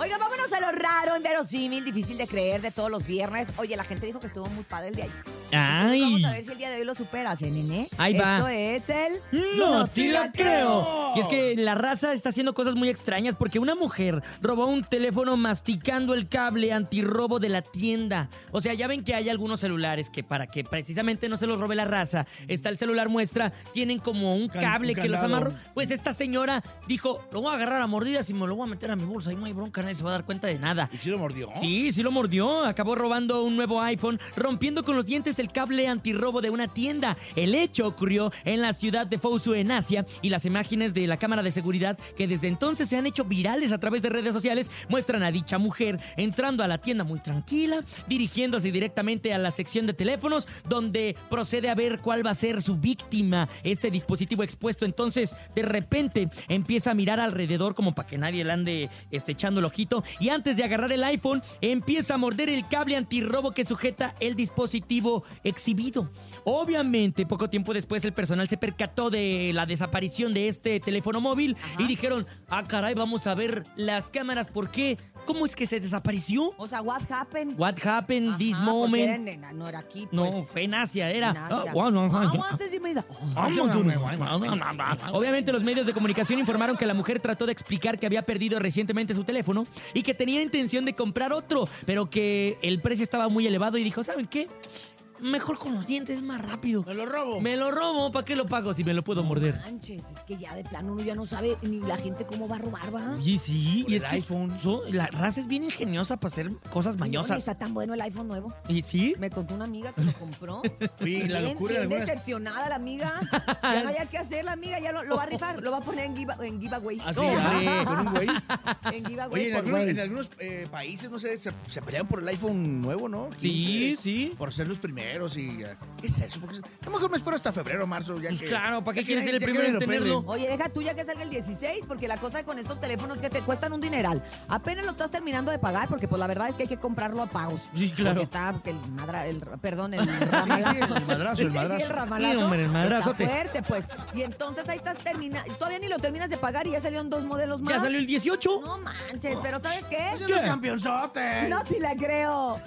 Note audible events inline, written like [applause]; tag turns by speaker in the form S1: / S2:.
S1: Oiga, vámonos a lo raro, inverosímil, difícil de creer de todos los viernes. Oye, la gente dijo que estuvo muy padre el día de ayer. Entonces,
S2: ¡Ay!
S1: Vamos a ver si el día de hoy lo superas, ¿eh, nene?
S2: Ahí va. Mm,
S1: Esto es el...
S2: ¡No te la creo! Y es
S1: creo.
S2: que la raza está haciendo cosas muy extrañas porque una mujer robó un teléfono masticando el cable antirrobo de la tienda. O sea, ya ven que hay algunos celulares que para que precisamente no se los robe la raza, está el celular muestra, tienen como un
S3: Can-
S2: cable
S3: un
S2: que los
S3: candado.
S2: amarró. Pues esta señora dijo, lo voy a agarrar a mordidas y me lo voy a meter a mi bolsa y no hay bronca, nadie se va a dar cuenta de nada.
S3: ¿Y si lo mordió?
S2: Sí, sí lo mordió. Acabó robando un nuevo iPhone, rompiendo con los dientes el cable antirrobo de una tienda. El hecho ocurrió en la ciudad de Fuzhou, en Asia, y las imágenes de la cámara de seguridad, que desde entonces se han hecho virales a través de redes sociales, muestran a dicha mujer entrando a la tienda muy tranquila, dirigiéndose directamente a la sección de teléfonos, donde procede a ver cuál va a ser su víctima. Este dispositivo expuesto entonces, de repente, empieza a mirar alrededor como para que nadie le ande este, echando el ojito y antes de agarrar el iPhone empieza a morder el cable antirrobo que sujeta el dispositivo exhibido. Obviamente, poco tiempo después el personal se percató de la desaparición de este teléfono móvil y dijeron, ah caray, vamos a ver las cámaras, ¿por qué? ¿Cómo es que se desapareció?
S1: O sea, what happened?
S2: What happened
S1: Ajá,
S2: this
S1: porque
S2: moment?
S1: era en- en- no era aquí, pues.
S2: No, fue en Asia, era.
S1: En Asia.
S2: Ah, bueno,
S1: Ah,
S2: ajá, ya.
S1: once y media.
S3: Ah,
S2: Obviamente los medios de comunicación informaron que la mujer trató de explicar que había perdido recientemente su teléfono y que tenía intención de comprar otro, pero que el precio estaba muy elevado y dijo, ¿saben qué? Mejor con los dientes, es más rápido.
S3: Me lo robo.
S2: Me lo robo, ¿para qué lo pago si me lo puedo morder?
S1: Manches, es que ya de plano uno ya no sabe ni la gente cómo va a robar, ¿va?
S2: Y sí,
S3: Por
S2: y
S3: el
S2: es que
S3: iPhone.
S2: son- la raza es bien ingeniosa para hacer cosas
S1: No,
S2: mañosas.
S1: está tan bueno el iPhone nuevo.
S2: Y sí,
S1: Me contó una amiga que lo
S3: [laughs]
S1: compró.
S3: Sí, la
S1: Bien,
S3: locura de
S1: bien
S3: algunas.
S1: decepcionada la amiga. Ya no haya que hacer la amiga, ya lo, lo va a rifar, lo va a poner en, give- en giveaway.
S2: Así,
S1: No,
S2: hombre,
S3: Ah, Con un güey.
S2: Ah,
S1: [laughs] en giveaway.
S3: Oye, en
S1: por
S3: algunos,
S1: güey.
S3: en algunos, eh, países, no sé, se, se pelean por el iPhone nuevo, ¿no?
S2: sí,
S3: 15,
S2: sí.
S3: Por ser los primeros y. eh, ¿Qué es eso? ¿Por qué es- A lo mejor me espero hasta febrero o marzo. Ya
S2: Pues
S3: que,
S2: claro, ¿para qué
S3: ya que
S2: quieres
S3: nadie-
S2: ser el
S3: ya que
S2: primero en
S3: nadie lo
S2: tenerlo?
S3: pele.
S1: Oye, deja tú ya que salga el 16, porque la cosa con estos teléfonos que te cuestan un dineral. Apenas lo estás terminando de pagar, porque pues la verdad es que hay que comprarlo a pagos.
S2: Sí, claro.
S1: Porque está, porque el madra, el, perdón, el
S3: Sí,
S1: ramalazo.
S3: sí, el madrazo,
S1: [laughs]
S3: el
S1: Sí, sí,
S3: madrazo.
S1: el ramalazo.
S2: Sí, hombre, el
S1: está
S2: madrazote.
S1: fuerte, pues. Y entonces ahí estás terminando, todavía ni lo terminas de pagar y ya salieron dos modelos más.
S2: Ya salió el 18.
S1: No manches, pero ¿sabes qué?
S3: pues, Son los campeonzotes.
S1: No, si la creo.